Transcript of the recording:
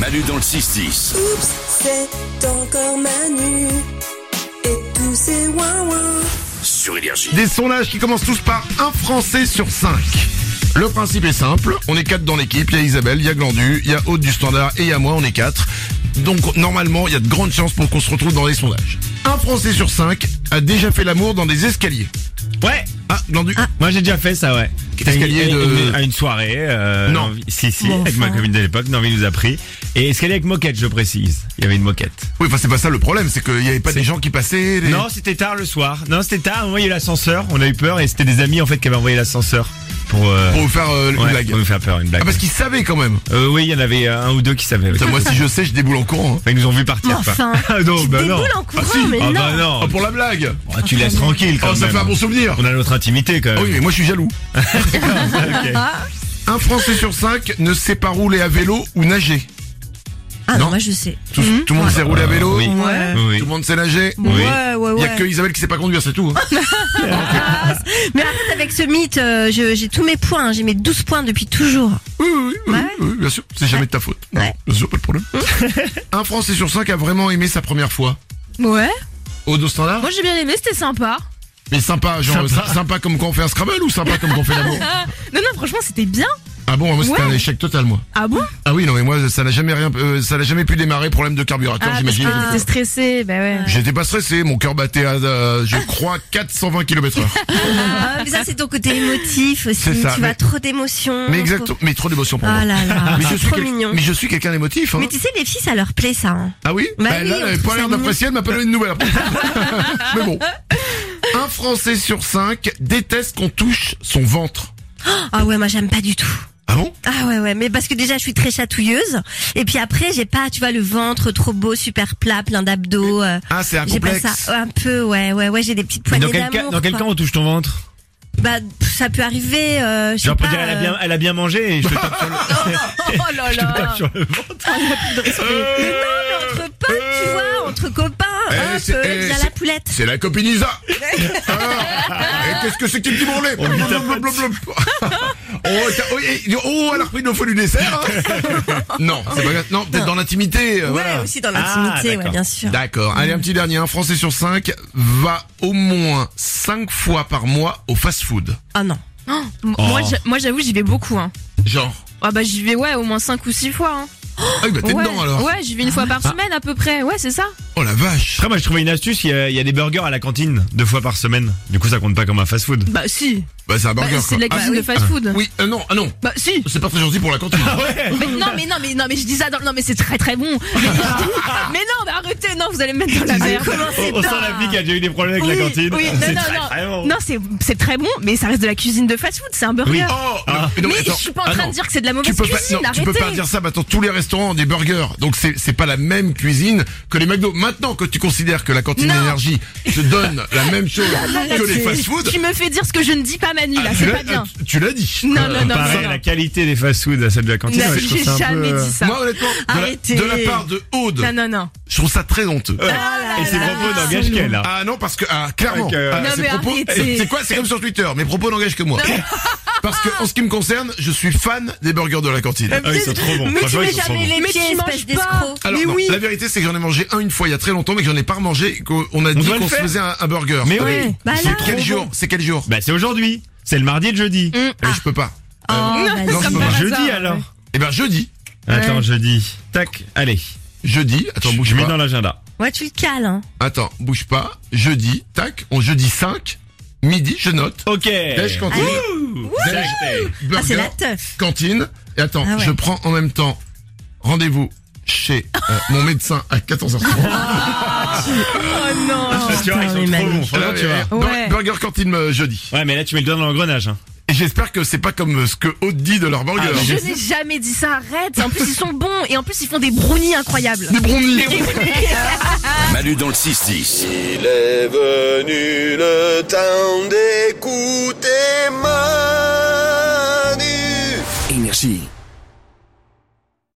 Manu dans le 6-10. Oups, c'est encore Manu et tous ces ouin-ouin. Sur Énergie. Des sondages qui commencent tous par un Français sur cinq. Le principe est simple, on est quatre dans l'équipe, il y a Isabelle, il y a Glandu, il y a Aude du Standard et il y a moi, on est quatre. Donc normalement, il y a de grandes chances pour qu'on se retrouve dans les sondages. Un Français sur cinq a déjà fait l'amour dans des escaliers. Ouais Ah, Glandu Moi j'ai déjà fait ça, ouais. Escalier de- À une soirée. euh, Non. Si, si, Bon, avec ma enfin. copine de l'époque, Norville nous a pris. Et escalier avec moquette, je précise. Il y avait une moquette. Oui, enfin c'est pas ça le problème, c'est qu'il n'y avait pas des gens qui passaient. des- Non, c'était tard le soir. Non, c'était tard, on voyait l'ascenseur, on a eu peur et c'était des amis en fait qui avaient envoyé l'ascenseur pour, euh, Pour vous faire euh, une ouais, blague. pour nous faire peur, une blague. Ah, parce qu'ils savaient quand même. Euh, oui, il y en avait euh, un ou deux qui savaient. oui. Putain, moi si je sais, je déboule en courant. hein. Ils nous ont vu partir. Mais quoi. enfin, Ah, non, tu bah non. déboules en courant, Ah, si. mais Ah, non. bah non. Oh, pour la blague Ah, tu laisses tranquille quand Oh, ça même. fait un bon souvenir On a notre intimité quand même. Ah oui, Ah. mais moi je suis jaloux. Ok. Un Français sur cinq ne sait pas rouler à vélo ou nager. Ah Non. non, moi je sais. Tout, tout le monde sait rouler à vélo, Oui. Ouais. Oui. tout le monde sait nager. Oui. Ouais, ouais, Il y ouais. a que Isabelle qui sait pas conduire, c'est tout. hein. Mais arrête avec ce mythe, euh, je- j'ai tous mes points, hein, j'ai mes 12 points depuis toujours. Oui, oui, oui, Ouais. oui, bien sûr. C'est jamais de ta faute. Ouais. Bien sûr, pas de problème. un Français sur cinq a vraiment aimé sa première fois. Ouais. Aude Au standard Moi j'ai bien aimé, c'était sympa. Mais sympa, genre Sympa. sympa. comme quand on fait un Scrabble ou sympa comme quand on fait l'amour Non, non, franchement, c'était bien. Ah bon, moi c'était Ouais. un échec total, moi. Ah bon Ah oui, non, mais moi ça n'a jamais rien, euh, ça n'a jamais pu démarrer, problème de carburateur, Ah, parce que j'imagine. t'étais stressé, bah ouais. J'étais pas stressé, mon cœur battait à, euh, je crois, 420 km heure. Ah, mais ça c'est ton côté émotif aussi, C'est ça, tu mais- vas trop d'émotions. Mais exactement, mais trop d'émotion pour moi. Ah là là, Mais je c'est suis trop quel- mignon. mais je suis quelqu'un d'émotif. Hein. Mais tu sais, les filles, ça leur plaît ça. hein. Ah oui Bah Bah oui, Là, on elle avait trouve pas ça l'air mignon. d'apprécier, elle m'a pas donné de nouvelles. après. mais bon. Un Français sur cinq déteste qu'on touche son ventre. Ah ouais, moi j'aime pas du tout. Ah bon Ah ouais ouais mais parce que déjà je suis très chatouilleuse et puis après j'ai pas tu vois le ventre trop beau super plat plein d'abdos euh, Ah, c'est un j'ai pas complexe. ça un peu ouais ouais ouais j'ai des petites Mais poignées Dans quel, cas, d'amour dans quel quoi. cas on touche ton ventre bah pff, ça peut arriver euh, je sais Genre pas pour dire elle a euh, bien, elle a bien mangé et je te tape sur le, Oh là je te tape là. sur le Oh, ventre. Euh, mais non mais entre potes tu vois entre copains Eh, hop, c'est- euh, eh, via la poulette C'est la copine Isa. Alors, et qu'est-ce que c'est qui me dit mon lait On lui tape Blablabla. Oh, t'as- oh, et- oh, elle a repris nos feux du dessert. hein. non, c'est pas grave. Non, peut-être dans l'intimité. euh, ouais voilà. aussi dans Ah, l'intimité ouais d'accord. bien sûr D'accord. Allez, un petit dernier. Un Français sur cinq va au moins cinq fois par mois au fast-food. ah non Oh, m- Moi, j'a- moi, j'avoue, j'y vais beaucoup. Hein. Genre. Ah bah j'y vais ouais au moins 5 ou 6 fois. Hein. Ah oui, bah t'es ouais. dedans alors. Ah. ouais, j'y vais une fois par semaine à peu près. Ouais, c'est ça. Oh la vache. Après, moi, je trouvais une astuce. Il y, a, il y a des burgers à la cantine deux fois par semaine. Du coup, ça compte pas comme un fast-food. Bah si. Bah c'est un Bah, burger c'est quoi. de la Ah, cuisine oui. de fast-food. Oui, euh, non, ah non. Bah si. C'est pas très gentil pour la cantine. Ah, Mais non, mais non, mais non, mais je dis ça. Dans... Non, mais c'est très très bon. Mais, mais non, mais arrêtez. Non, vous allez me mettre dans la merde. On, on sent la fille qui a déjà eu des problèmes avec Oui, la cantine. oui, non, c'est non, très, non. très bon. Non, c'est c'est très bon, mais ça reste de la cuisine de fast-food. C'est un burger. Oh, Ah. non, mais attends. je suis pas en Ah, train non. de dire que c'est de la Tu mauvaise peux, pas, cuisine. non, tu arrêtez. peux pas dire ça, maintenant tous les restaurants ont des burgers, donc c'est c'est pas la même cuisine que les McDo. Maintenant que tu considères que la cantine Non. d'énergie te donne la même chose que les Arrêtez. fast-food, Ah, Tu me fais dire ce que je ne dis pas, Manu. Là, ah, tu c'est l'as- pas bien. euh, tu l'as dit. Non, non, non, Comparé non, à non. la qualité des fast-food à celle de la cantine, Non, ouais, je trouve j'ai ça un jamais peu, euh, dit ça. Moi honnêtement, de Arrêtez. la, de la part de Aude, Non, Ah. non, non. je trouve ça très honteux. Et ses propos n'engagent qu'elle. hein. Ah non, parce que ah, clairement, Avec, euh, ah, Non, ses mais propos- arrêtez. c'est quoi C'est comme sur Twitter, mes propos n'engagent que moi. Parce que en ce qui me concerne, je suis fan des burgers de la Eh cantine. Ah, ils sont trop bons. mais tu Franchement, mets ils sont trop jamais bons. les Mais pieds tu espèce manges pas. d'escroc Alors, non, la vérité, c'est que j'en ai mangé un une fois il y a très longtemps, mais que j'en ai pas remangé, et qu'on a dit doit le qu'on se faire. faisait un, un burger. Eh ben, Mais oui. Ouais. bah là C'est quel jour C'est quel jour Bah, c'est aujourd'hui. C'est le mardi et le jeudi. Ah, Euh, Je peux pas. oh, euh, vas-y. non, comme c'est par jeudi, hasard, alors. ouais. Eh ben jeudi. Attends, jeudi. Tac. Allez. Jeudi. Attends, je bouge mets pas. dans l'agenda. ouais tu le cales hein. Attends, bouge pas. Jeudi. Tac. On jeudi 5. Midi, je note. Ok. Dèche cantine. Ah C'est Dèche acheté. ah c'est burger, la teuf cantine. Et attends, Ah ouais. je prends en même temps rendez-vous chez euh, mon médecin à Ah 14h30. Oh non. Tu vois, ils sont trop mais Manu. bons. Franchement, tu vois. Ouais. Burger cantine euh, jeudi. Ouais, mais là, tu mets le doigt dans l'engrenage. hein. Et j'espère que c'est pas comme euh, ce que Haute dit de leur burger. Hein. Ah, Je n'ai jamais dit ça, arrête En plus, ils sont bons et en plus, ils font des brownies incroyables. Des brownies. Manu dans le 6-10. Il est venu le temps d'écouter Manu.